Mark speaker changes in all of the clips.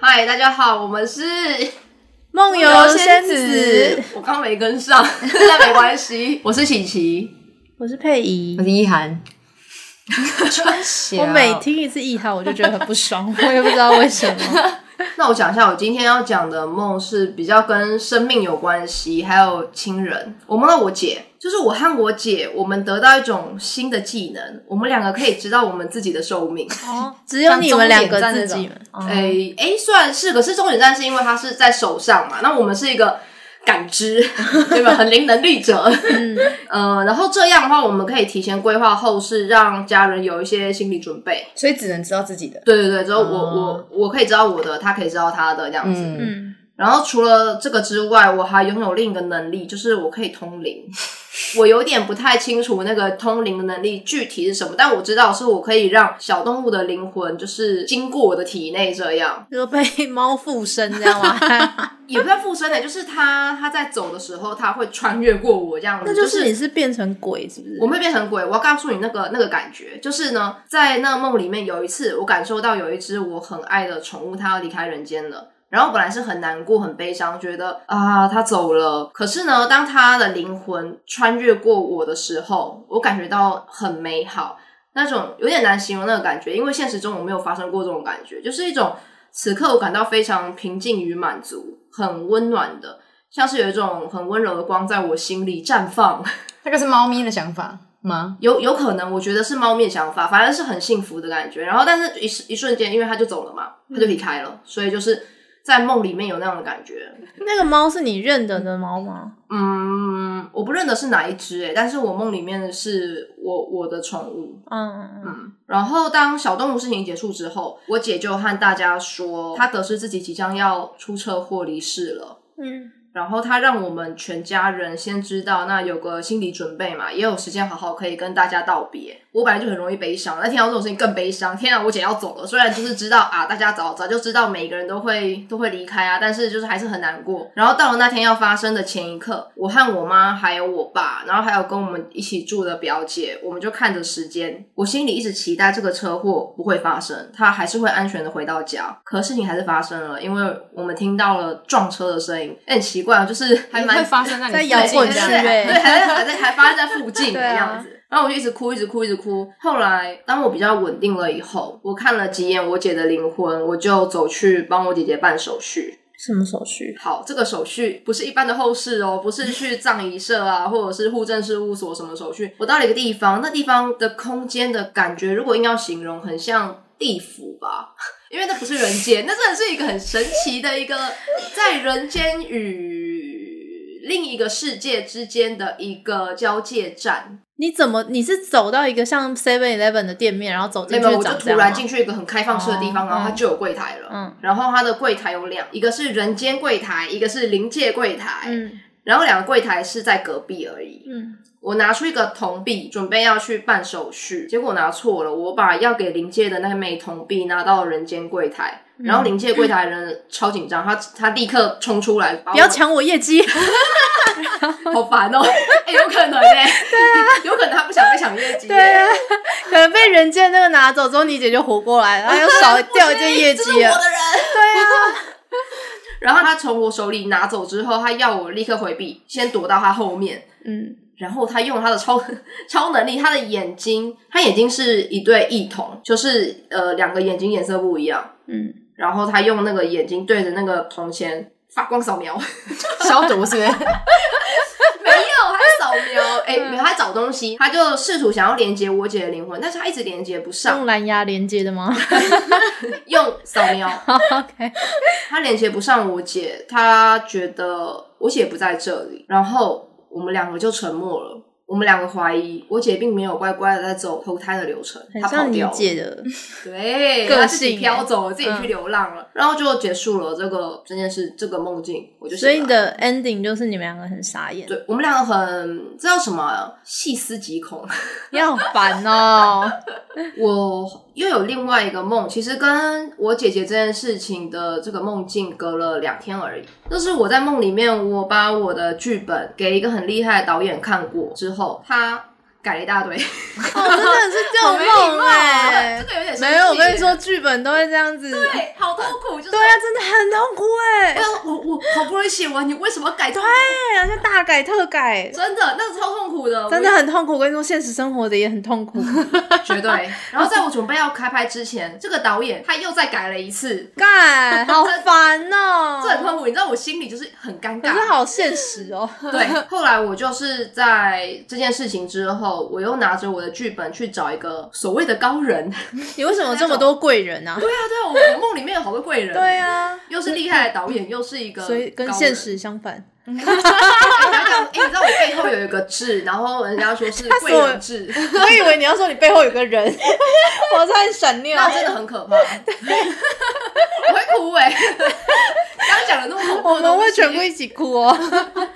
Speaker 1: 嗨，大家好，我们是
Speaker 2: 梦游仙子，，
Speaker 1: 我刚没跟上， 但没关系。我是琪琪，
Speaker 2: 我是佩仪
Speaker 3: 我。是一涵，穿鞋
Speaker 4: 啊
Speaker 2: 我每听一次一号，我就觉得很不爽， 我也不知道为什 么。
Speaker 1: 那我讲一下，我今天要讲的梦是比较跟生命有关系，还有亲人。我梦到我姐，就是我和我姐，我们得到一种新的技能，我们两个可以知道我们自己的寿命。
Speaker 2: 哦，只有你们两个自己吗，
Speaker 3: 哦
Speaker 1: 诶诶，哎虽然是，可是终点站是因为它是在手上嘛，那我们是一个感知， 对吧？很灵能力者，嗯， 呃，然后这样的话，我们可以提前规划后事，让家人有一些心理准备。
Speaker 3: 所以只能知道自己的。
Speaker 1: 对对对，之后我、
Speaker 3: 哦
Speaker 1: 我我可以知道我的，他可以知道他的这样子。
Speaker 3: 嗯
Speaker 2: 嗯，
Speaker 1: 然后除了这个之外，我还拥有另一个能力，就是我可以通灵。我有点不太清楚那个通灵的能力具体是什么，但我知道是我可以让小动物的灵魂就是经过我的体内这样。
Speaker 2: 就被猫附身这样 吗？
Speaker 1: 也不算附身的，欸就是他他在走的时候，他会穿越过我这样子，
Speaker 2: 那就是是你是变成鬼是不是？
Speaker 1: 我们会变成鬼。我要告诉你那个那个感觉，就是呢，在那梦里面有一次，我感受到有一只我很爱的宠物，它要离开人间了。然后我本来是很难过、很悲伤，觉得啊，它走了。可是呢，当它的灵魂穿越过我的时候，我感觉到很美好，那种有点难形容那个感觉，因为现实中我没有发生过这种感觉，就是一种此刻我感到非常平静与满足，很温暖的，像是有一种很温柔的光在我心里绽放。
Speaker 3: 那个是猫咪的想法吗？
Speaker 1: 有有可能，我觉得是猫咪的想法，反正是很幸福的感觉。然后，但是一时一瞬间，因为它就走了嘛，它就离开了，所以就是在梦里面有那样的感觉。
Speaker 2: 那个猫是你认得的猫吗？
Speaker 1: 嗯，我不认得是哪一只诶、欸但是我梦里面是我我的宠物。
Speaker 2: 嗯，嗯
Speaker 1: 嗯，然后当小动物事情结束之后，我姐就和大家说，她得知自己即将要出车祸离世了。
Speaker 2: 嗯，
Speaker 1: 然后他让我们全家人先知道，那有个心理准备嘛，也有时间好好可以跟大家道别。我本来就很容易悲伤，那听到这种事情更悲伤。天啊，我姐要走了，虽然就是知道啊，大家早早就知道每个人都会都会离开啊，但是就是还是很难过。然后到了那天要发生的前一刻，我和我妈还有我爸，然后还有跟我们一起住的表姐，我们就看着时间，我心里一直期待这个车祸不会发生，她还是会安全的回到家。可事情还是发生了，因为我们听到了撞车的声音，哎很奇怪哦，就是还蛮
Speaker 3: 会发生在你
Speaker 2: 在
Speaker 3: 附近
Speaker 2: 摇滚
Speaker 3: 这
Speaker 2: 区
Speaker 3: 样
Speaker 1: 对
Speaker 2: 欸
Speaker 1: 对，还在还在还发生在附 近的
Speaker 2: 对啊
Speaker 1: 样子。然后我就一直哭，一直哭，一直哭。后来，当我比较稳定了以后，我看了几眼我姐的灵魂，我就走去帮我姐姐办手续。
Speaker 2: 什么手续？
Speaker 1: 好，这个手续不是一般的后事哦，不 是去葬仪社啊，或者是户政事务所什么手续。我到了一个地方，那地方的空间的感觉，如果硬要形容，很像地府吧， 因为那不是人间，那真的是一个很神奇的一个在人间与另一个世界之间的一个交界站。
Speaker 2: 你怎么你是走到一个像 Seven Eleven 的店面，然后走进
Speaker 1: 没
Speaker 2: 去
Speaker 1: 有，我就
Speaker 2: 长
Speaker 1: 突
Speaker 2: 这样
Speaker 1: 然
Speaker 2: 吗
Speaker 1: 进去一个很开放式的地方，
Speaker 2: 哦
Speaker 1: 然后它就有柜台了。
Speaker 2: 嗯
Speaker 1: 然后它的柜台有两，一个是人间柜台，一个是临界柜台。
Speaker 2: 嗯
Speaker 1: 然后两个柜台是在隔壁而已。
Speaker 2: 嗯，
Speaker 1: 我拿出一个铜币，准备要去办手续，结果我拿错了，我把要给临界的那枚铜币拿到人间柜台，
Speaker 2: 嗯
Speaker 1: 然后临界柜台的人超紧张，他他立刻冲出来，把我
Speaker 2: 不要抢我业 绩。
Speaker 1: 好烦 哦！哎、有可能哎、对啊，有可能他不想被抢业绩、欸，
Speaker 2: 对啊，可能被人家那个拿走之后，你姐就活过 来了，然后又少掉一件业
Speaker 1: 这是
Speaker 2: 绩
Speaker 1: 我
Speaker 2: 了。
Speaker 1: 的人。对啊。然后他从我手里拿走之后，他要我立刻回避，先躲到他后面。
Speaker 2: 嗯，
Speaker 1: 然后他用他的超 超能力，他的眼睛，他眼睛是一对异瞳，就是呃两个眼睛颜色不一样。
Speaker 2: 嗯，
Speaker 1: 然后他用那个眼睛对着那个铜钱发光扫描， 没
Speaker 3: 消毒是不是？
Speaker 1: 有，他扫描，哎、
Speaker 3: 嗯
Speaker 1: 没有，他找东西，他就试图想要连接我姐的灵魂，但是他一直连接不上，
Speaker 3: 嗯
Speaker 2: 用蓝牙连接的 吗
Speaker 1: 用扫描，
Speaker 2: ？OK，
Speaker 1: 他连接不上我姐，他觉得我姐不在这里，然后我们两个就沉默了。我们两个怀疑我姐并没有乖乖的在走投胎的流程，
Speaker 2: 很
Speaker 1: 她跑
Speaker 2: 像你
Speaker 1: 掉了。
Speaker 2: 姐的。
Speaker 1: 对，
Speaker 2: 个
Speaker 1: 他自己
Speaker 2: 性欸
Speaker 1: 飘走了，自己去流浪了，然后就结束了这个这件事，这个梦境， 我就醒
Speaker 2: 所
Speaker 1: 来
Speaker 2: 以你的 ending 就是你们两个很傻眼，
Speaker 1: 对我们两个很这叫什么啊细思极恐。
Speaker 2: 你好烦哦。
Speaker 1: 我又有另外一个梦，其实跟我姐姐这件事情的这个梦境隔了两天而已。就是我在梦里面，我把我的剧本给一个很厉害的导演看过之后，他改了 一大
Speaker 2: 哦，
Speaker 1: 堆，
Speaker 2: 真的是旧梦哎
Speaker 1: 这，个有点生气
Speaker 2: 没有，我跟你说，剧本都会这样子，对
Speaker 1: 对，好痛苦，就是
Speaker 2: 啊，真的很痛苦哎，
Speaker 1: 哎呀我我好不容易写完，你为什么要改？对，
Speaker 2: 对啊，就大改特改，
Speaker 1: 真的，那超痛苦的，
Speaker 2: 真的很痛苦。我跟你说，现实生活的也很痛 苦，
Speaker 1: 我 绝对。然后在我准备要开拍之前，这个导演他又再改了一次，
Speaker 2: 干，好烦哦、
Speaker 1: 这很痛苦。啊你知道我心里就是很尴
Speaker 2: 可
Speaker 1: 尬
Speaker 2: 是，好现实 哦、
Speaker 1: 对，后来我就是在这件事情之后，我又拿着我的剧本去找一个所谓的高人。对
Speaker 2: 你为什么这么多贵人啊？
Speaker 1: 啊，对啊，我我梦里面有好多贵人。
Speaker 2: 对，啊，
Speaker 1: 又是厉害的导演，又是一个
Speaker 2: 所以跟
Speaker 1: 高人
Speaker 2: 现。实相反。
Speaker 1: 哎、你知道我背后有一个痣，然后人家说是贵
Speaker 2: 所
Speaker 1: 人痣，
Speaker 2: 我以为你要说你背后有个人， 我差点闪尿
Speaker 1: 那。真的很可怕。我会哭哎、 刚讲的那么恐怖
Speaker 2: 我们会
Speaker 1: 的东西
Speaker 2: 全部一起哭哦、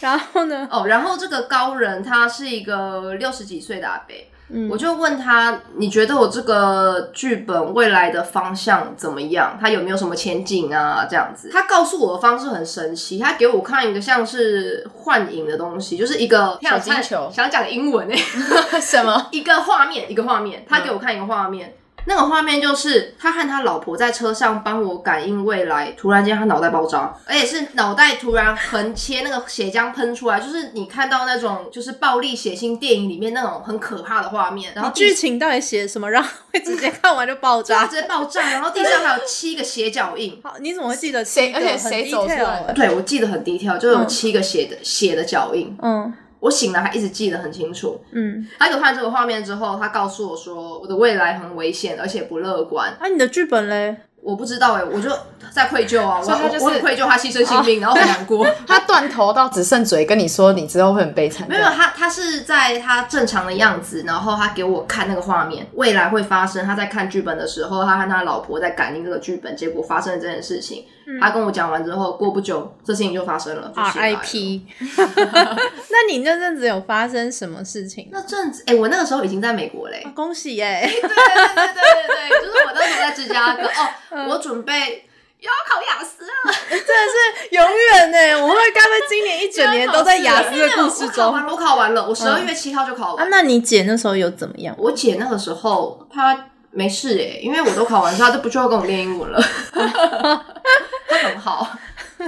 Speaker 2: 然后呢？
Speaker 1: 哦，然后这个高人他是一个六十几岁的阿伯，
Speaker 2: 嗯
Speaker 1: 我就问他，你觉得我这个剧本未来的方向怎么样？他有没有什么前景啊？这样子，他告诉我的方式很神奇，他给我看一个像是幻影的东西，就是一个
Speaker 3: 小金球
Speaker 1: 想讲英文哎、
Speaker 3: 什么？
Speaker 1: 一个画面，一个画面，他给我看一个画面。那个画面就是他和他老婆在车上帮我感应未来，突然间他脑袋爆炸，而且是脑袋突然横切，那个血浆喷出来，就是你看到那种就是暴力血腥电影里面那种很可怕的画面，然后
Speaker 2: 你
Speaker 1: 地
Speaker 2: 剧情到底写什么，然后会直接看完就爆炸？
Speaker 1: 直接爆炸，然后地上还有七个斜脚印。
Speaker 2: 好，你怎么会记得
Speaker 3: 谁
Speaker 2: 这个
Speaker 3: 而且
Speaker 2: 很
Speaker 3: 谁走出来
Speaker 2: detail 欸
Speaker 1: 对，我记得很低调，就有七个血的血的脚印。
Speaker 2: 嗯
Speaker 1: 我醒来还一直记得很清楚。
Speaker 2: 嗯，
Speaker 1: 他给我看这个画面之后，他告诉我说我的未来很危险，而且不乐观。
Speaker 2: 啊，你的剧本嘞？
Speaker 1: 我不知道哎、我就在愧疚啊，我
Speaker 3: 所以他就是
Speaker 1: 我我很愧疚，他牺牲性命，然后很难过。
Speaker 3: 他断头到只剩嘴，跟你说你之后会很悲惨。
Speaker 1: 没有，他他是在他正常的样子，然后他给我看那个画面，未来会发生。他在看剧本的时候，他和他老婆在感应这个剧本，结果发生了这件事情。他跟我讲完之后，过不久这事情就发生了就醒来了
Speaker 2: RIP。那 你那阵子有发生什么事情？
Speaker 1: 那阵子，哎、我那个时候已经在美国嘞、
Speaker 2: 啊恭喜耶、
Speaker 1: 对对对对对对，就是我那时候在芝加哥哦，我准备又要考雅思了。
Speaker 2: 真的是永远呢、我会该不会今年一整年都在雅思的故 事
Speaker 1: 我考
Speaker 2: 中
Speaker 1: 完了，我考完了，我十二月七号就考完了
Speaker 2: 啊？那你姐那时候有怎么样？
Speaker 1: 我姐那个时候她没事哎、因为我都考完试，她就不需要跟我练英文了。 她很好，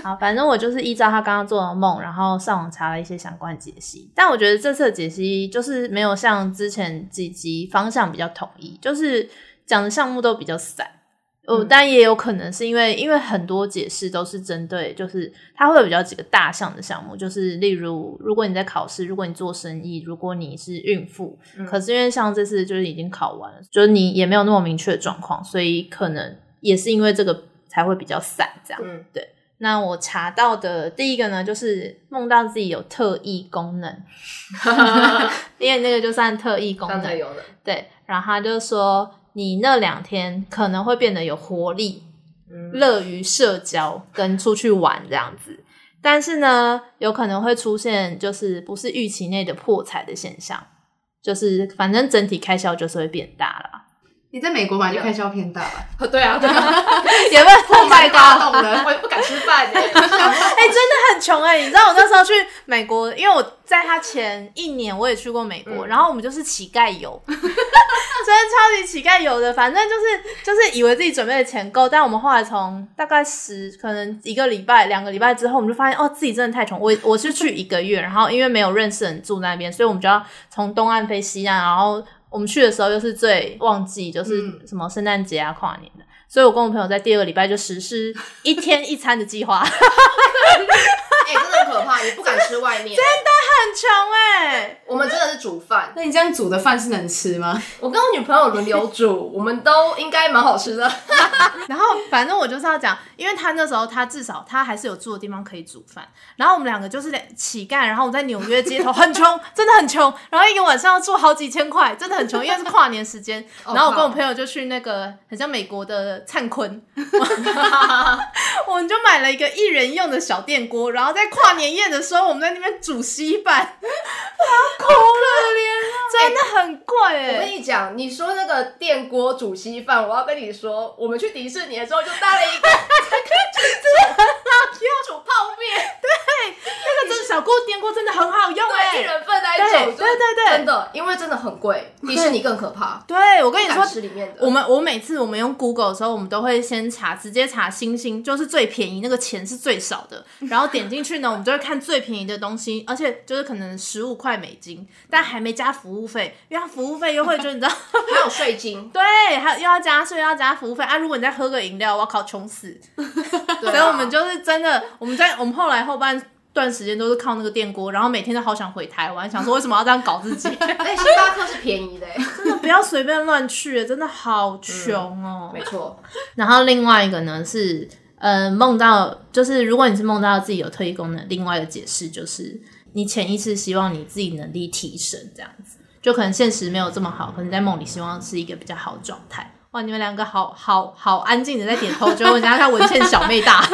Speaker 4: 好，反正我就是依照他刚刚做的梦，然后上网查了一些相关解析。但我觉得这次的解析就是没有像之前几集方向比较统一，就是讲的项目都比较散。哦，但也有可能是因为，因为很多解释都是针对，就是它会有比较几个大项的项目，就是例如，如果你在考试，如果你做生意，如果你是孕妇，
Speaker 1: 嗯
Speaker 4: 可是因为像这次就是已经考完了，就是你也没有那么明确的状况，所以可能也是因为这个才会比较散这样。
Speaker 1: 嗯，
Speaker 4: 那我查到的第一个呢，就是梦到自己有特异功 能，因为那个就算特异功
Speaker 1: 刚才
Speaker 4: 能。
Speaker 1: 有了，
Speaker 4: 对，然后他就说你那两天可能会变得有活力，
Speaker 1: 嗯，
Speaker 4: 乐于社交跟出去玩这样子。但是呢，有可能会出现就是不是预期内的破财的现象，就是反正整体开销就是会变大啦，
Speaker 3: 你在美国本来就开销偏大吧？
Speaker 1: 对 啊，对啊，
Speaker 4: 也不会
Speaker 1: 哦
Speaker 4: 破财
Speaker 3: 太
Speaker 4: 大
Speaker 3: 大动了，
Speaker 1: 我也不敢吃饭 哎、
Speaker 4: 哎、真的很穷哎、你知道我那时候去美国，因为我在他前一年我也去过美国，
Speaker 1: 嗯
Speaker 4: 然后我们就是乞丐游，真的超级乞丐游的。反正就是就是以为自己准备的钱够，但我们后来从大概十可能一个礼拜、两个礼拜之后，我们就发现哦，自己真的太穷。我我是去一个月，然后因为没有认识人住那边，所以我们就要从东岸飞西岸，啊然后我们去的时候又是最旺季，就是
Speaker 1: 嗯
Speaker 4: 什么圣诞节啊、跨年的。所以我跟我朋友在第二个礼拜就实施一天一餐的计划，
Speaker 1: 哎真的很可怕，你不敢吃外面。
Speaker 4: 很穷哎、
Speaker 1: 我们真的是煮饭，
Speaker 3: 那你这样煮的饭是能吃吗？
Speaker 1: 我跟我女朋友轮流煮，我们都应该蛮好吃的。
Speaker 4: 然后反正我就是要讲，因为他那时候他至少他还是有住的地方可以煮饭，然后我们两个就是乞丐，然后我们在纽约街头很穷，真的很穷，然后一个晚上要住好几千块，真的很穷，因为是跨年时间。然后我跟我朋友就去那个很像美国的灿坤，我们就买了一个一人用的小电锅，然后在跨年夜的时候我们在那边煮稀饭， 我要哭
Speaker 1: 啊
Speaker 4: 了，真的很贵哎、
Speaker 1: 我跟你讲，你说那个电锅煮稀饭，我要跟你说，我们去迪士尼的时候就带了一个这个去煮，要煮泡 面，
Speaker 4: 那个真的小锅电锅真的很好用哎、
Speaker 2: 欸
Speaker 1: 对，一人份来
Speaker 4: 对
Speaker 1: 煮，就对对对，真的，因为真的很贵，迪士尼更可怕。
Speaker 2: 对，我跟你
Speaker 1: 不
Speaker 2: 说
Speaker 1: 敢吃里面的，
Speaker 2: 我们我每次我们用 Google 的时候，我们都会先查，直接查星星，就是最便宜，那个钱是最少的。然后点进去 呢，我们就会看最便宜的东西，而且就是可能十五块美金，但还没加服务费，因为它服务费又会就你知道，，
Speaker 1: 还有税金
Speaker 2: 对，还有又要加税，又要加服务费啊！如果你再喝个饮料，我靠，穷死！
Speaker 1: 对啊
Speaker 2: 所以我们就是真的，我们在我们后来后半。段时间都是靠那个电锅，然后每天都好想回台湾，想说为什么要这样搞自 己？
Speaker 1: 哎，星巴克是便宜的， 哎
Speaker 2: 真的不要随便乱去，真的好穷哦、
Speaker 1: 没错，
Speaker 4: 然后另外一个呢是，呃，梦到就是如果你是梦到自己有特异功能，另外的解释就是你潜意识希望你自己能力提升，这样子，就可能现实没有这么好，可能在梦里希望是一个比较好的状态。
Speaker 2: 哇，你们两个好好好安静的在点头，觉得我家看文倩小妹大。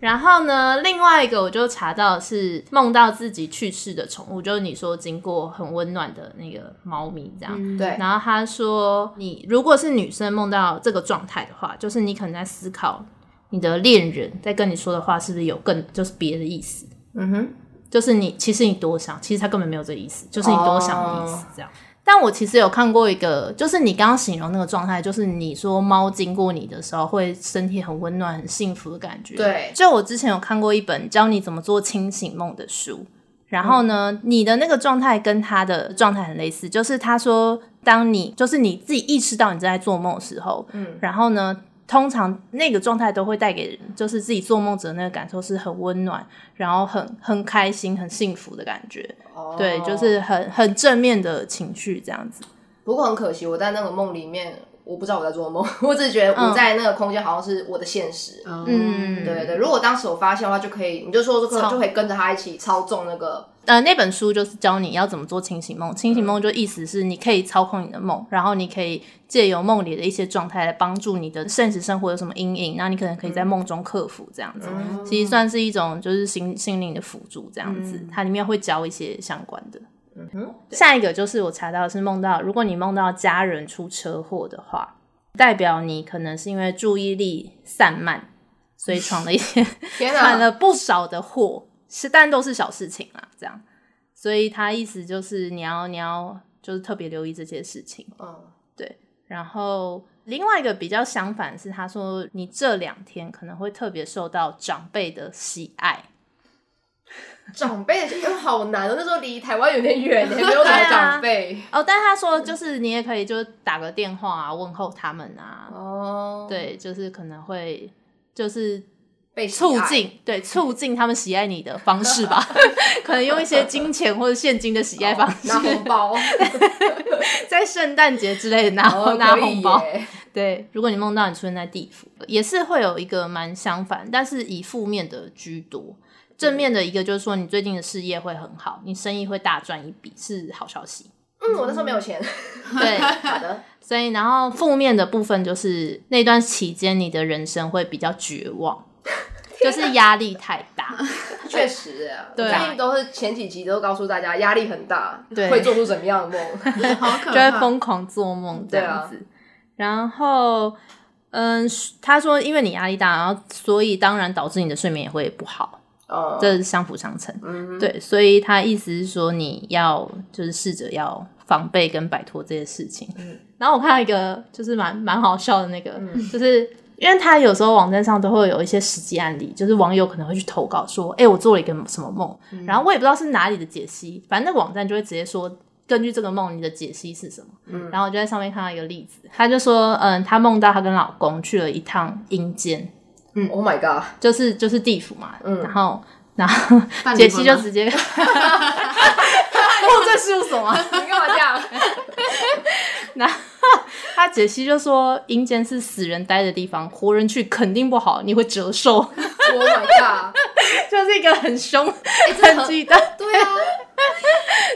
Speaker 4: 然后呢，另外一个我就查到的是梦到自己去世的宠物，就是你说经过很温暖的那个猫咪这样。
Speaker 3: 对，
Speaker 4: 然后他说，你如果是女生梦到这个状态的话，就是你可能在思考你的恋人在跟你说的话是不是有更就是别的意思，
Speaker 3: 嗯哼，
Speaker 4: 就是你其实你多想，其实他根本没有这个意思，就是你多想的意思
Speaker 3: 哦
Speaker 4: 这样。但我其实有看过一个，就是你刚刚形容那个状态，就是你说猫经过你的时候会身体很温暖、很幸福的感觉。
Speaker 1: 对
Speaker 4: 就我之前有看过一本教你怎么做清醒梦的书，然后呢，你的那个状态跟他的状态很类似，就是他说，当你就是你自己意识到你正在做梦的时候，嗯，然后呢。通常那个状态都会带给人，就是自己做梦者那个感受是很温暖，然后很很开心、很幸福的感觉。
Speaker 1: 哦
Speaker 4: 对，就是很很正面的情绪这样子。
Speaker 1: 不过很可惜，我在那个梦里面，我不知道我在做梦， 我只是觉得我在那个空间好像是我的现实。
Speaker 3: 嗯，
Speaker 1: 对对，如果当时我发现的话，就可以，你就说这个就可以跟着他一起操纵那个，
Speaker 4: 呃，那本书就是教你要怎么做清醒梦。清醒梦就意思是你可以操控你的梦，然后你可以借由梦里的一些状态来帮助你的现实生活有什么阴影，那你可能
Speaker 1: 嗯
Speaker 4: 可以在梦中克服这样子。其实算是一种就是心心灵的辅助这样子，
Speaker 1: 嗯
Speaker 4: 它里面会教一些相关的。下一个就是我查到的是梦到，如果你梦到家人出车祸的话，代表你可能是因为注意力散漫，所以闯了一些
Speaker 1: 天
Speaker 4: 犯
Speaker 1: 哪，
Speaker 4: 了不少的祸，是但都是小事情啦，这样。所以他意思就是你要你要就是特别留意这些事情。
Speaker 1: 嗯，
Speaker 4: 然后另外一个比较相反是，他说你这两天可能会特别受到长辈的喜爱。
Speaker 1: 长辈哎好难哦，那时候离台湾有点远，没有什么长 辈
Speaker 4: 哦，但他说就是你也可以就是打个电话啊，问候他们啊，
Speaker 1: 哦，，
Speaker 4: 对，就是可能会就是
Speaker 1: 被喜爱
Speaker 4: 促进对促进他们喜爱你的方式 吧，可能用一些金钱或者现金的喜爱方 式，
Speaker 1: 拿红 包，
Speaker 4: 在圣诞节之类的拿、
Speaker 1: 哦
Speaker 4: 拿红包。，
Speaker 1: 可以耶
Speaker 4: 对，如果你梦到你出现在地府，也是会有一个蛮相反，但是以负面的居多。正面的一个就是说，你最近的事业会很好，你生意会大赚一笔，是好 消息。
Speaker 1: 嗯，我那时候没有 钱，
Speaker 4: 对，
Speaker 1: 好的，
Speaker 4: 所以然后负面的部分就是那段期间你的人生会比较绝望，就是压力太大。
Speaker 1: 确实啊，
Speaker 4: 对
Speaker 1: 我最近都是前几集都告诉大家压力很大，
Speaker 4: 对
Speaker 1: 会做出怎么样的梦。
Speaker 2: 好可怕，啊
Speaker 4: 就会疯狂做梦这样子。然后，嗯，他说因为你压力大，然后所以当然导致你的睡眠也会不好，
Speaker 1: 哦，
Speaker 4: 这是相辅相成。
Speaker 1: 嗯，
Speaker 4: 对，所以他意思是说你要就是试着要防备跟摆脱这些事情。然后我看到一个就是蛮蛮好笑的那个， 就是。因为他有时候网站上都会有一些实际案例，就是网友可能会去投稿说：“哎、我做了一个什么梦，然后我也不知道是哪里的解析，反正那个网站就会直接说，根据这个梦你的解析是什么。”然后我就在上面看到一个例子，他就说：“嗯，他梦到他跟老公去了一趟阴间，
Speaker 1: 嗯，Oh my god，
Speaker 4: 就是就是地府嘛，
Speaker 1: 嗯
Speaker 4: 然后然后
Speaker 3: 办
Speaker 4: 解
Speaker 3: 离婚
Speaker 4: 析就
Speaker 3: 吗
Speaker 4: 直接， 我在事务所吗？
Speaker 1: 你干嘛这样？
Speaker 4: 他解析就说阴间是死人待的地方，活人去肯定不好，你会折寿，
Speaker 1: Oh my god！哎
Speaker 4: 就是一个很凶、
Speaker 1: 这
Speaker 4: 很
Speaker 1: 很
Speaker 4: 鸡蛋。
Speaker 1: 对啊，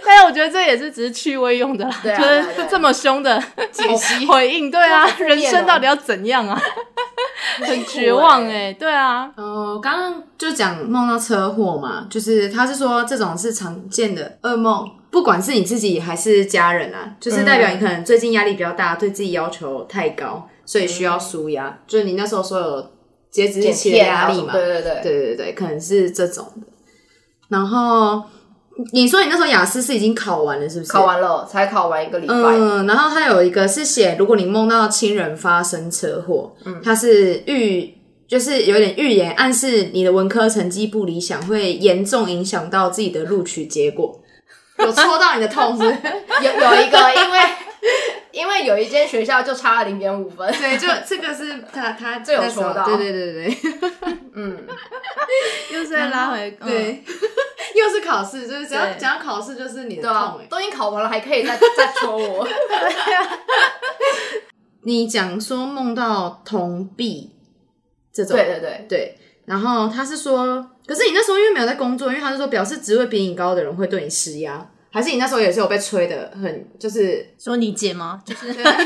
Speaker 4: 但是我觉得这也是只是趣味用的啦，
Speaker 1: 对啊
Speaker 4: 就
Speaker 1: 对啊对
Speaker 4: 是
Speaker 1: 啊
Speaker 4: 这么凶的
Speaker 3: 解析
Speaker 4: 回应，对啊，
Speaker 1: 面哦
Speaker 4: 人生到底要怎样啊？ 很绝望
Speaker 1: 欸
Speaker 4: 哎、对啊，
Speaker 3: 呃，刚刚就讲梦到车祸嘛，就是他是说这种是常见的噩梦，不管是你自己还是家人啊，就是代表你可能最近压力比较大，对自己要求太高，所以需要舒压，就是你那时候所有截止日期的
Speaker 1: 片啊
Speaker 3: 压
Speaker 1: 什
Speaker 3: 力
Speaker 1: 么
Speaker 3: 嘛，
Speaker 1: 对对对，
Speaker 3: 对对对，可能是这种的。然后你说你那时候雅思是已经考完了，是不是？
Speaker 1: 考。完了才考完一个礼拜，
Speaker 3: 嗯，然后它有一个是写，如果你梦到亲人发生车祸，它是预，就是有点预言，暗示你的文科成绩不理想，会严重影响到自己的录取结 果。有戳到你的痛是不是？
Speaker 1: 有有一个，因为因为有一间学校就差了零点五分，
Speaker 3: 对，就这个是他他
Speaker 1: 这有
Speaker 3: 那时候
Speaker 1: 戳到
Speaker 3: 对对对对对。
Speaker 1: 嗯，
Speaker 4: 又是拉回、嗯
Speaker 3: 对，又是考试，就是只要
Speaker 4: 对
Speaker 3: 讲到考试就是你的
Speaker 1: 对
Speaker 3: 痛
Speaker 1: 啊
Speaker 4: 欸
Speaker 3: 哎、，
Speaker 1: 都已经考完了，还可以再再戳我，
Speaker 3: 你讲说梦到铜币这种，
Speaker 1: 对对对，
Speaker 3: 对然后他是说，可是你那时候因为没有在工作，因为他是说表示职位比你高的人会对你施压，还是你那时候也是有被吹的很，就是
Speaker 4: 说你姐吗？就是只会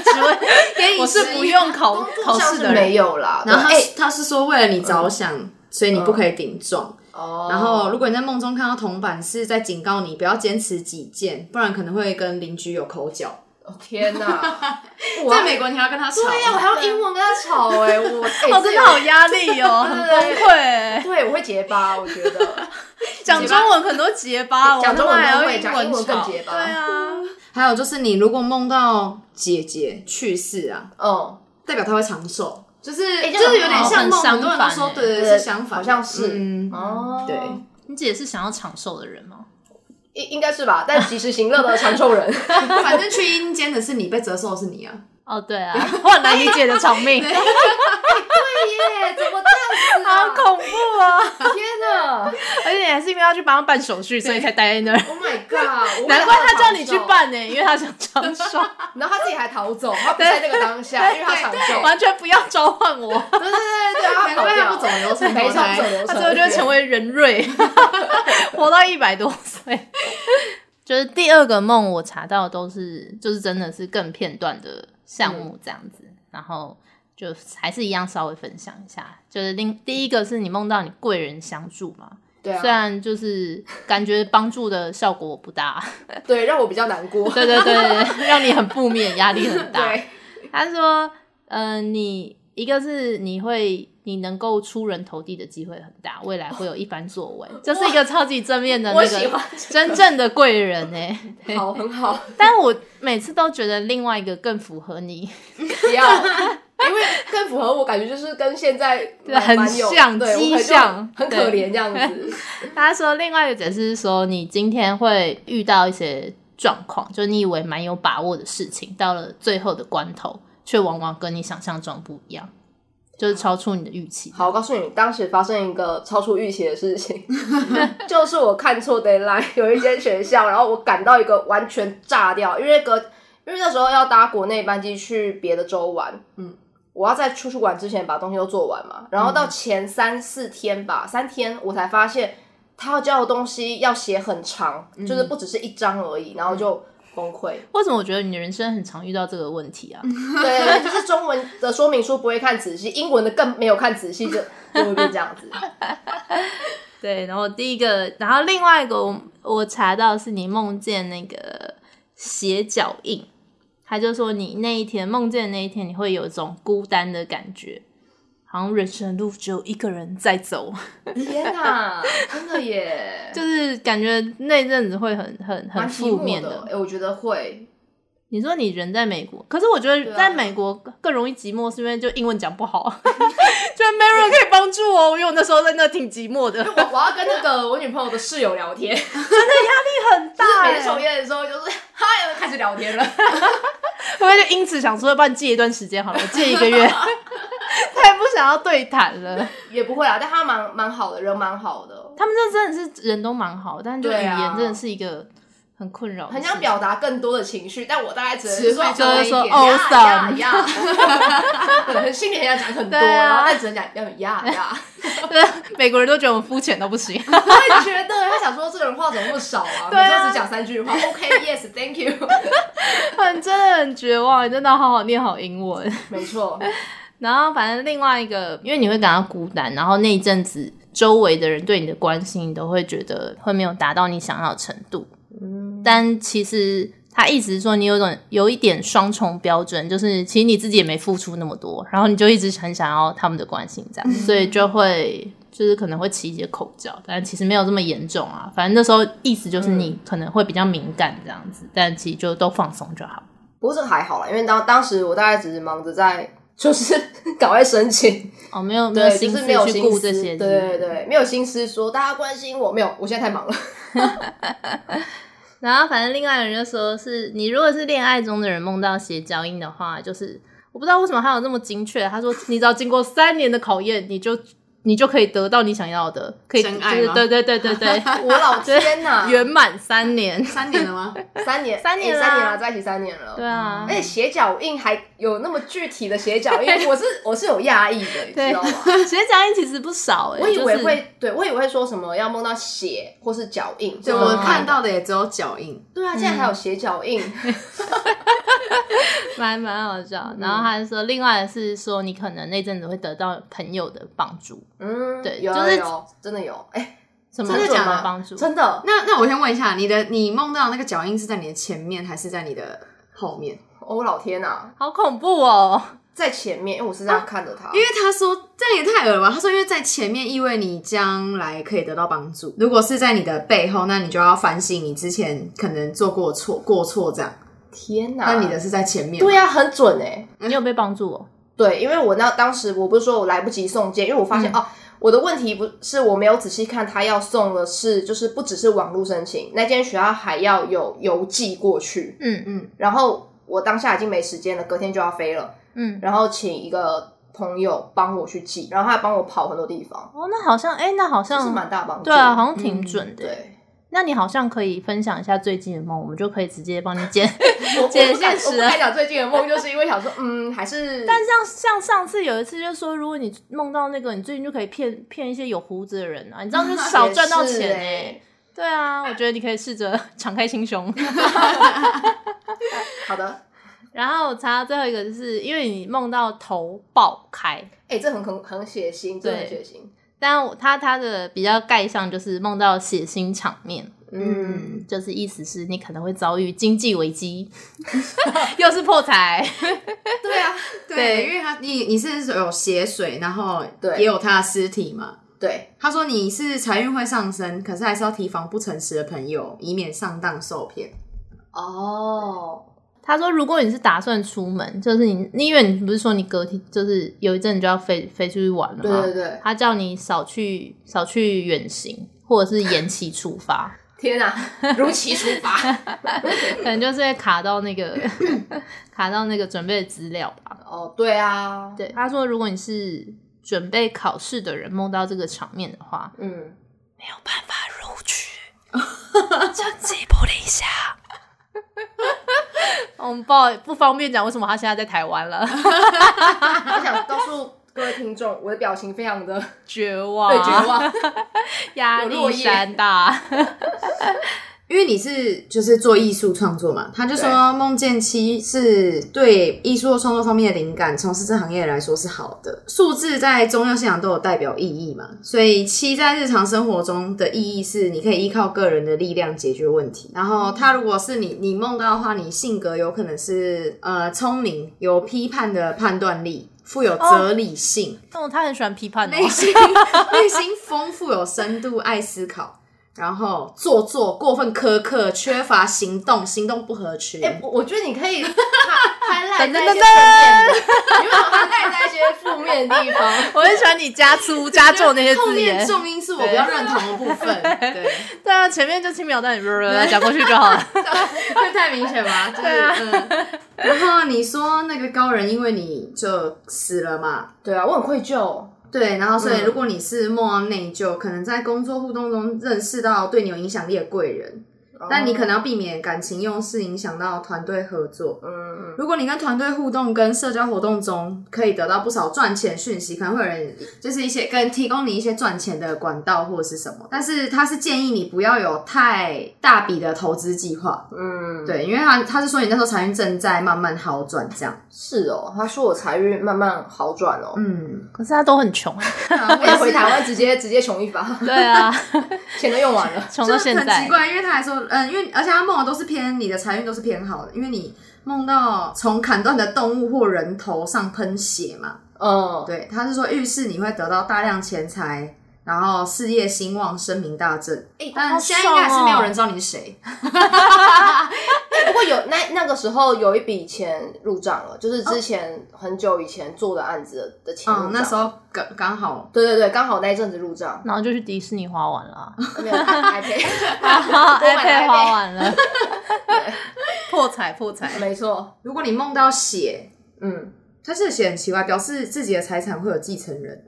Speaker 3: 给
Speaker 4: 我是不用考考
Speaker 1: 像
Speaker 4: 试
Speaker 1: 是
Speaker 4: 的人，
Speaker 1: 没有啦，
Speaker 3: 然后他、
Speaker 1: 对
Speaker 3: 是他是说为了你着想，
Speaker 4: 嗯
Speaker 3: 所以你不可以顶撞。
Speaker 1: 哦，
Speaker 3: 然后，如果你在梦中看到铜板，是在警告你不要坚持己见，不然可能会跟邻居有口角。
Speaker 1: 哦天 哪，
Speaker 3: 在美国，你还要跟他吵。
Speaker 1: 对哎呀，我还要英文跟他吵哎，我
Speaker 4: 哦，
Speaker 1: 我
Speaker 4: 真的好压力哦， 很崩溃欸。
Speaker 1: 对，我会结巴，我觉得
Speaker 4: 讲中文很多结巴，我
Speaker 1: 讲中文
Speaker 4: 他妈还
Speaker 1: 都
Speaker 4: 要
Speaker 1: 会讲英
Speaker 4: 英
Speaker 1: 文更
Speaker 4: 吵
Speaker 1: 结巴
Speaker 4: 对啊，
Speaker 3: 还有就是，你如果梦到姐姐去世啊，
Speaker 1: 嗯，
Speaker 3: 代表她会长寿，就是、
Speaker 1: 欸
Speaker 3: 就
Speaker 1: 这样
Speaker 3: 是有点像
Speaker 4: 很
Speaker 3: 梦，
Speaker 4: 好
Speaker 3: 哎很多人都
Speaker 4: 很
Speaker 3: 说
Speaker 4: 相反欸
Speaker 3: 对对
Speaker 1: 对
Speaker 3: 是相反的，
Speaker 1: 好像是
Speaker 3: 嗯，
Speaker 1: 哦，
Speaker 3: 对，
Speaker 4: 你姐是想要长寿的人吗？
Speaker 1: 应应该是吧，但及时行乐的长寿 人，
Speaker 3: 反正去阴间的是你，被折寿的是你 啊，
Speaker 5: 哦，对啊，换来你姐的长 命，
Speaker 4: 啊
Speaker 1: 耶，怎么这样子
Speaker 5: 好
Speaker 1: 啊？
Speaker 5: 恐怖啊！
Speaker 1: 天哪
Speaker 5: 而且你还是因为要去帮他办手续，所以才待在那儿。
Speaker 1: ，Oh my god！我为了
Speaker 5: 难怪他
Speaker 1: 的
Speaker 5: 叫你
Speaker 1: 长
Speaker 5: 去
Speaker 4: 啊
Speaker 1: 寿，
Speaker 5: 办呢、因为他想 长寿，
Speaker 1: 然后他自己还逃走，他不在那个当下，因为他长寿。
Speaker 5: 完全不要召唤我，
Speaker 1: 对对对对对，他
Speaker 3: 难怪他不
Speaker 1: 跑
Speaker 3: 走
Speaker 1: 掉。
Speaker 3: 流程
Speaker 1: 没
Speaker 3: 投
Speaker 1: 错，
Speaker 3: 胎
Speaker 1: 不走流程，
Speaker 5: 他最后就会成为人瑞， 活到一百多岁。
Speaker 4: 就是第二个梦，我查到都是就是真的是更片段的项目这样子，然后就还是一样稍微分享一下。就是另第一个是你梦到你贵人相助嘛，
Speaker 1: 对
Speaker 4: 虽
Speaker 1: 啊，
Speaker 4: 然就是感觉帮助的效果不大，
Speaker 1: 对，让我比较难过。
Speaker 4: 对对对对，对让你很负面，压力很大。
Speaker 1: 对，
Speaker 4: 他说，呃，你一个是你会。你能够出人头地的机会很大，未来会有一番作 为，这是一个超级正面的那
Speaker 1: 我 喜
Speaker 4: 个
Speaker 1: 欢
Speaker 4: 真正的贵人哎、
Speaker 1: 好，很好，
Speaker 4: 但我每次都觉得另外一个更符合 你，
Speaker 1: 不 要。因为更符合我感觉，就是跟现在蛮
Speaker 4: 很
Speaker 1: 蛮有
Speaker 4: 像
Speaker 1: 对，我可能就
Speaker 4: 迹象
Speaker 1: 很可
Speaker 4: 对
Speaker 1: 怜这样子。
Speaker 4: 他说另外一个解释是说，你今天会遇到一些状况，就你以为蛮有把握的事情，到了最后的关头，却往往跟你想象中不一样，就是超出你的预期。
Speaker 1: 好，我告诉你，当时发生一个超出预期的事情， 就是我看错 deadline，有一间学校，然后我赶到一个完全炸掉，因为隔，因为那时候要搭国内班机去别的州玩，
Speaker 3: 嗯，
Speaker 1: 我要在出去玩之前把东西都做完嘛，然后到前三四天吧，三天我才发现他要教的东西要写很长，就是不只是一章而已，然后就崩溃。
Speaker 4: 为什么我觉得你的人生很常遇到这个问题啊？
Speaker 1: 对，就是中文的说明书不会看仔细，英文的更没有看仔细，就就会变这样子。
Speaker 4: 对，然后第一个，然后另外一个我我查到是你梦见那个鞋脚印，他就说你那一天梦见那一天，你会有一种孤单的感觉，好像人生的路只有一个人在走，
Speaker 1: 天 哪，真的耶，
Speaker 4: 就是感觉那阵子会很很很
Speaker 1: 蛮寂
Speaker 4: 负
Speaker 1: 寞
Speaker 4: 面
Speaker 1: 的。哎、我觉得会，
Speaker 4: 你说你人在美国，可是我觉
Speaker 1: 对
Speaker 4: 得
Speaker 1: 啊
Speaker 4: 在美国更容易寂寞，是因为就英文讲不好， 就没有人可以帮助我，因为我那时候在那挺寂 寞的，
Speaker 1: 我我要跟那个我女朋友的室友聊天，
Speaker 4: 很
Speaker 1: 就
Speaker 4: 大
Speaker 1: 是
Speaker 4: 欸、
Speaker 1: 每次抽烟的时候就是嗨，开始聊天了。
Speaker 4: 会不会就因此想说，要不然借一段时间好了，借一个 月，太不想要对谈了。
Speaker 1: 也不会啦，啊但他蛮蛮好的，人蛮好的，
Speaker 4: 他们这真的是人都蛮好，但就语
Speaker 1: 对啊
Speaker 4: 言真的是一个很困扰的事
Speaker 1: 很
Speaker 4: 情，
Speaker 1: 想表达更多的情绪，但我大概只能
Speaker 3: 词
Speaker 1: 说
Speaker 3: 汇
Speaker 4: 就
Speaker 3: 多
Speaker 4: 是
Speaker 3: 一
Speaker 4: 说哦
Speaker 3: 点
Speaker 1: 呀呀
Speaker 4: awesome，
Speaker 1: 呀， 可能心里很想讲很多，
Speaker 4: 对啊
Speaker 1: 然后但只能讲要呀呀。
Speaker 4: 对， 美国人都觉得我们肤浅到 不行。
Speaker 1: 我也觉得，他想说这个人话怎么那么少啊？
Speaker 4: 对啊
Speaker 1: 每次都只讲三句话。OK，Yes，Thank you。
Speaker 4: 很真的很绝望，真的要好好念好英文。
Speaker 1: 没错，
Speaker 4: 然后反正另外一个，因为你会感到孤单，然后那一阵子周围的人对你的关心，你都会觉得会没有达到你想要的程度。但其实他一直说你有种有一点双重标准，就是嗯其实你自己也没付出那么多，然后你就一直很想要他们的关心，这样，所以就会就是可能会起一些口角，但其实没有这么严重啊。反正那时候意思就是你可能会比较敏感这样子，但其实就都放松就好。
Speaker 1: 不过这个还好啦，因为当当时我大概只是忙着在就是 赶快申请，
Speaker 4: 哦，没有没有
Speaker 1: 对，就
Speaker 4: 心
Speaker 1: 是
Speaker 4: 思
Speaker 1: 没有
Speaker 4: 去
Speaker 1: 心
Speaker 4: 顾
Speaker 1: 思
Speaker 4: 这些，
Speaker 1: 对对对，没有心思说大家关心我，没有，我现在太忙了。
Speaker 4: 然后反正另外一个人就说是你如果是恋爱中的人梦到邪交音的话，就是我不知道为什么他有这么精确。他说你只要经过三年的考验，你就你就可以得到你想要的，可以
Speaker 3: 真
Speaker 4: 就
Speaker 3: 爱
Speaker 4: 是
Speaker 3: 吗
Speaker 4: 对对对对对，
Speaker 1: 我老天 呐，
Speaker 4: 圆满三年。
Speaker 3: 三年 了吗？
Speaker 1: 三年，
Speaker 4: 三年
Speaker 1: 诶
Speaker 4: 啦
Speaker 1: 三年了，在一起三年了。
Speaker 4: 对啊
Speaker 1: 而，且斜脚印还有那么具体的斜脚 印，我是我是有压抑的，你
Speaker 4: 对
Speaker 1: 知道 吗？
Speaker 4: 邪交音其实不少哎、
Speaker 1: 我以为
Speaker 4: 就是
Speaker 1: 会，对我以为会说什么要梦到血或是脚印，
Speaker 3: 对，
Speaker 1: 这
Speaker 4: 嗯
Speaker 1: 种
Speaker 3: 我
Speaker 1: 的
Speaker 3: 看到的也只有脚印。
Speaker 1: 对啊，竟然还有斜脚 印，
Speaker 4: 蛮蛮好笑。然后他就说，另外的是说你可能那阵子会得到朋友的帮助，
Speaker 1: 嗯，
Speaker 4: 对
Speaker 1: 有
Speaker 4: 就是
Speaker 1: 有真的有，哎，
Speaker 4: 什么
Speaker 3: 真的
Speaker 4: 什
Speaker 3: 假
Speaker 4: 么
Speaker 3: 的
Speaker 4: 帮助，
Speaker 1: 真的，
Speaker 3: 那那我先问一下，你的你梦到那个脚印是在你的前面还是在你的后面？
Speaker 1: 哦，我老天呐，
Speaker 4: 好恐怖哦。
Speaker 1: 在前面，因为我是这样看着他，
Speaker 3: 因为他说这样也太恶了吧？他说因为在前面意味你将来可以得到帮助，如果是在你的背后，那你就要反省你之前可能做过错过错这样。
Speaker 1: 天呐，
Speaker 3: 那你的是在前面，
Speaker 1: 对，呀，很准哎，
Speaker 4: 你有被帮助哦？
Speaker 1: 对，因为我那当时我不是说我来不及送件，因为我发
Speaker 4: 嗯
Speaker 1: 现、哦，我的问题不是我没有仔细看他要送的是，就是不只是网络申请，那间学校还要有邮寄过去，
Speaker 4: 嗯
Speaker 1: 然后我当下已经没时间了，隔天就要飞了，
Speaker 4: 嗯，
Speaker 1: 然后请一个朋友帮我去寄，然后他还帮我跑很多地方，
Speaker 4: 哦，那好像，哎、那好
Speaker 1: 这
Speaker 4: 像
Speaker 1: 是蛮大帮助的，
Speaker 4: 对啊，好像挺准的。
Speaker 1: 对。
Speaker 4: 那你好像可以分享一下最近的梦，我们就可以直接帮你剪
Speaker 1: 我我不
Speaker 4: 剪
Speaker 1: 敢我
Speaker 4: 现实
Speaker 1: 不
Speaker 4: 了
Speaker 1: 敢。讲最近的梦，就是因为想说，嗯，还是
Speaker 4: 但像像上次有一次就说，如果你梦到那个，你最近就可以骗骗一些有胡子的人啊，你这样就少赚到钱哎、
Speaker 1: 哎、
Speaker 4: 对啊，我觉得你可以试着 敞开心胸。
Speaker 1: 好的，
Speaker 4: 然后我查到最后一个，就是因为你梦到头爆开，
Speaker 1: 哎、这很很很血腥，真的很
Speaker 4: 对
Speaker 1: 血腥。
Speaker 4: 但我他他的比较概上就是梦到血腥场面。
Speaker 1: 嗯，
Speaker 4: 就是意思是你可能会遭遇经济危机， 又是破财，
Speaker 1: 对啊，
Speaker 3: 对，因为他你你是有血水，然后
Speaker 1: 对
Speaker 3: 也有他的尸体嘛。
Speaker 1: 对，
Speaker 3: 他说你是财运会上升，可是还是要提防不诚实的朋友，以免上当受骗。
Speaker 1: 哦，
Speaker 4: 他说，如果你是打算出门，就是你，你因为你不是说你隔天就是有一阵你就要飞飞出去玩了
Speaker 1: 对
Speaker 4: 吗？
Speaker 1: 对对，
Speaker 4: 他叫你少去少去远行，或者是延期出发，
Speaker 1: 天哪、如期出发。
Speaker 4: 可能就是会卡到那个 卡到那个准备的资料吧。
Speaker 1: 哦，对啊，
Speaker 4: 对，他说，如果你是准备考试的人，梦到这个场面的 话，
Speaker 1: 嗯，
Speaker 4: 没有办法录取，成绩不理想。我哦们不好不方便讲为什么他现在在台湾了，
Speaker 1: 我想告诉各位听众，我的表情非常的
Speaker 4: 绝望，
Speaker 1: 对绝望。
Speaker 4: 压
Speaker 1: 有落
Speaker 4: 力
Speaker 1: 叶
Speaker 4: 山大。
Speaker 3: 因为你是就是做艺术创作嘛，他就说梦见七是对艺术创作方面的灵感，从事这行业来说是好的。数字在宗教信仰都有代表意义嘛，所以七在日常生活中的意义是你可以依靠个人的力量解决问题。然后他如果是你你梦到的话，你性格有可能是呃聪明，有批判的判断力。富有哲理性，
Speaker 4: 哦，他很喜欢批判哦
Speaker 3: 内、，心内心丰富，有深度，爱思考，然后做作、过分苛刻，缺乏行动，行动不合 群。
Speaker 1: 哎、我我觉得你可以拍赖在一些正面的， 你为什么拍赖在一些负面的地方？
Speaker 4: 我很喜欢你加粗加重那些
Speaker 3: 后
Speaker 4: 字
Speaker 3: 面
Speaker 4: 眼。
Speaker 3: 重音是我比较认同的部 分，对，
Speaker 4: 对啊，前面就轻描淡写讲过去就好了。
Speaker 3: 会太明显吗？就是、
Speaker 1: 啊
Speaker 3: 嗯。然后你说那个高人，因为你就死了嘛，
Speaker 1: 对啊，我很愧疚。
Speaker 3: 对，然后所以
Speaker 1: 嗯
Speaker 3: 如果你是梦到内疚，可能在工作互动中认识到对你有影响力的贵人，但你可能要避免感情用事影响到团队合作。
Speaker 1: 嗯，嗯
Speaker 3: 如果你跟团队互动、跟社交活动中，可以得到不少赚钱讯息，可能会有人就是一些跟提供你一些赚钱的管道或者是什么，但是他是建议你不要有太大笔的投资计划，
Speaker 1: 嗯，
Speaker 3: 对，因为他他是说你那时候财运正在慢慢好转这样，
Speaker 1: 是哦，他说我财运慢慢好转哦。
Speaker 3: 嗯，
Speaker 4: 可是他都很穷哎。
Speaker 3: 啊
Speaker 1: 我一回台湾直接直接穷一发，
Speaker 4: 对啊，
Speaker 1: 钱都用完了。
Speaker 4: 穷
Speaker 3: 就
Speaker 4: 到
Speaker 3: 是
Speaker 4: 现
Speaker 3: 很
Speaker 4: 在
Speaker 3: 奇。怪，因为他还说，嗯，因为而且他梦的都是偏你的财运都是偏好的，因为你梦到从砍断的动物或人头上喷血嘛，
Speaker 1: 嗯，
Speaker 3: 对，他是说预示你会得到大量钱财然后事业兴旺，声名大振。
Speaker 1: 哎
Speaker 3: 但
Speaker 2: 好
Speaker 3: 现在应该还
Speaker 2: 爽
Speaker 3: 是
Speaker 2: 哦
Speaker 3: 没有人知道你是 谁。
Speaker 1: 不过有那那个时候有一笔钱入账了，就是之前很久以前做的案子的钱入账、
Speaker 3: 嗯，那时候刚刚好，
Speaker 1: 对对对，刚好那一阵子入账，
Speaker 4: 然后就去迪士尼花完 了，
Speaker 1: 没有 iPad，
Speaker 4: 然后
Speaker 1: 多买了
Speaker 4: iPad 花完了，
Speaker 2: 破财破财，
Speaker 1: 没错，
Speaker 3: 如果你梦到血，
Speaker 1: 嗯，
Speaker 3: 他这个血很奇怪，表示自己的财产会有继承人。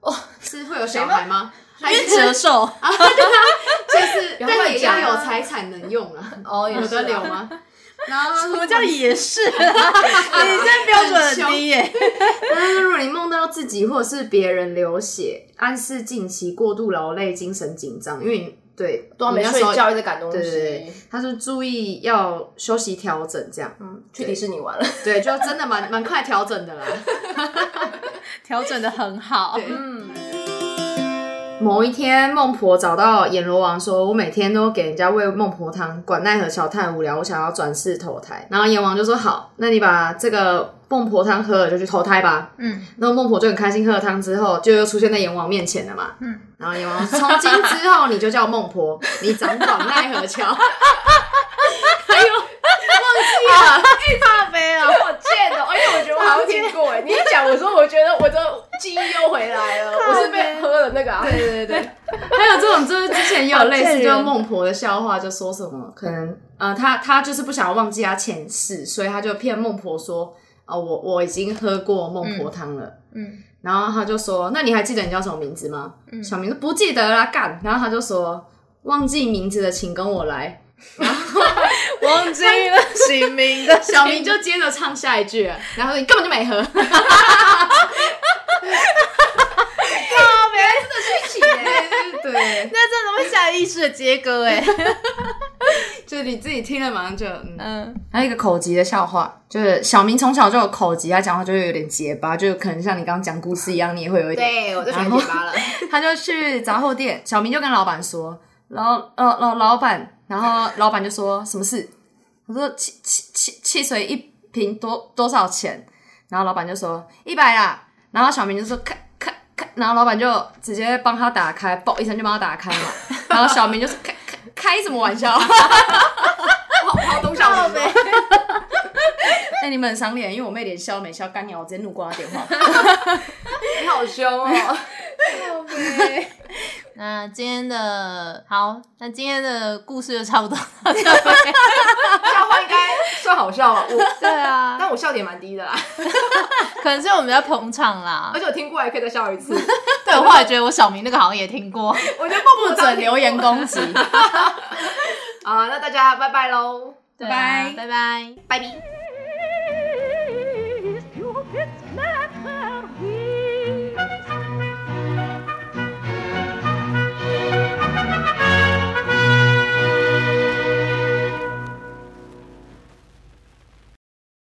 Speaker 1: 哦，
Speaker 3: 是会有小孩吗？还
Speaker 2: 冤
Speaker 3: 是
Speaker 2: 折寿。
Speaker 4: 啊
Speaker 3: 就是，
Speaker 1: 有
Speaker 3: 但
Speaker 1: 会
Speaker 3: 也
Speaker 1: 讲
Speaker 3: 要
Speaker 1: 啊
Speaker 3: 有财产能用啊，
Speaker 1: 哦，也
Speaker 3: 有
Speaker 1: 是啊
Speaker 3: 得留？吗？ 然后他
Speaker 2: 什 么
Speaker 3: 说
Speaker 2: 叫也 是？你这标准很低耶、
Speaker 3: 但是如果你梦到自己或者是别人流血，暗示近期过度劳累、精神紧张，因为你对，
Speaker 1: 对啊，
Speaker 3: 你
Speaker 1: 没
Speaker 3: 那
Speaker 1: 睡
Speaker 3: 时候
Speaker 1: 觉一直赶东西，
Speaker 3: 对对对，他说注意要休息调整，这样，
Speaker 1: 嗯，去迪士尼玩了，
Speaker 3: 对，就真的蛮蛮快调整的啦。
Speaker 2: 调整的很好。
Speaker 3: 对
Speaker 1: 嗯，
Speaker 3: 某一天，孟婆找到阎罗王说：“我每天都给人家喂孟婆汤，管奈何小太无聊，我想要转世投胎。”然后阎王就说：“好，那你把这个孟婆汤喝了就去投胎吧。”
Speaker 2: 嗯，
Speaker 3: 那孟婆就很开心，喝了汤之后，就又出现在阎王面前了嘛。
Speaker 2: 嗯，
Speaker 3: 然后阎王说从今之后你就叫孟婆，你掌管奈何桥。
Speaker 2: 大悲啊！
Speaker 1: 好贱哦！而且我觉得 我好像听过哎，你一讲，我说我觉得我的记忆又回来了，我是被喝了那个啊，对对对，
Speaker 3: 还有这种，就是之前也有类
Speaker 2: 好
Speaker 3: 似
Speaker 2: 贱人
Speaker 3: 就是孟婆的笑话，就说什么可能呃，他他就是不想要忘记他前世，所以他就骗孟婆说啊、我我已经喝过孟婆汤了。
Speaker 2: 嗯，
Speaker 3: 然后他就说：“那你还记得你叫什么名字吗？”小明说：“不记得啦，干。”然后他就说：“忘记名字的请跟我来。”
Speaker 2: 忘记了起名的
Speaker 3: 小明就接着唱下一句，然后说你根本就 没喝，
Speaker 1: 是一起的，
Speaker 3: 对，
Speaker 2: 那真的会下意识的接歌
Speaker 4: 欸
Speaker 2: 哎、
Speaker 3: 就是你自己听了马上就嗯。
Speaker 2: 嗯，
Speaker 3: 还有一个口疾的笑话，就是小明从小就有口疾，他讲话就会有点结巴，就可能像你刚刚讲故事一样，你也会有一点。
Speaker 1: 对我就喜欢结巴了，
Speaker 3: 他就去杂货店，小明就跟老板说，老老老老板，然后老板就说什么事？他说汽汽汽汽水一瓶多多少钱？然后老板就说一百啦。然后小明就说看看看，然后老板就直接帮他打开，嘣一声就帮他打开嘛。然后小明就说开开开什么玩笑？
Speaker 1: 好好懂小明哦，
Speaker 3: 哎、你们很赏脸，因为我妹连笑都没笑，干娘我直接怒挂她电话。
Speaker 1: 你好凶哦，
Speaker 4: 那今天的好，那今天的故事就差不多到这。
Speaker 1: 笑话应该算好笑 吧？我
Speaker 4: 对啊，
Speaker 1: 但我笑点蛮低的啦，
Speaker 4: 可能是我们比较捧场啦
Speaker 1: 而。且我听过还可以再笑一次，
Speaker 4: 对，我后来觉得我小明那个好像也听过。
Speaker 1: 我觉得不
Speaker 3: 不准留言 攻击。
Speaker 1: 啊，那大家拜拜喽。
Speaker 4: 对啊拜拜。
Speaker 6: If you get mad, we